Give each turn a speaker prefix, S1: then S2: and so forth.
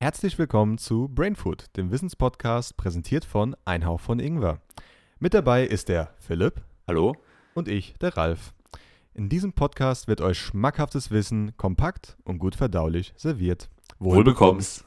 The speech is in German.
S1: Herzlich willkommen zu Brainfood, dem Wissenspodcast präsentiert von Einhauch von Ingwer. Mit dabei ist der Philipp
S2: Hallo?
S1: und ich, der Ralf. In diesem Podcast wird euch schmackhaftes Wissen kompakt und gut verdaulich serviert.
S2: Wohlbekommst.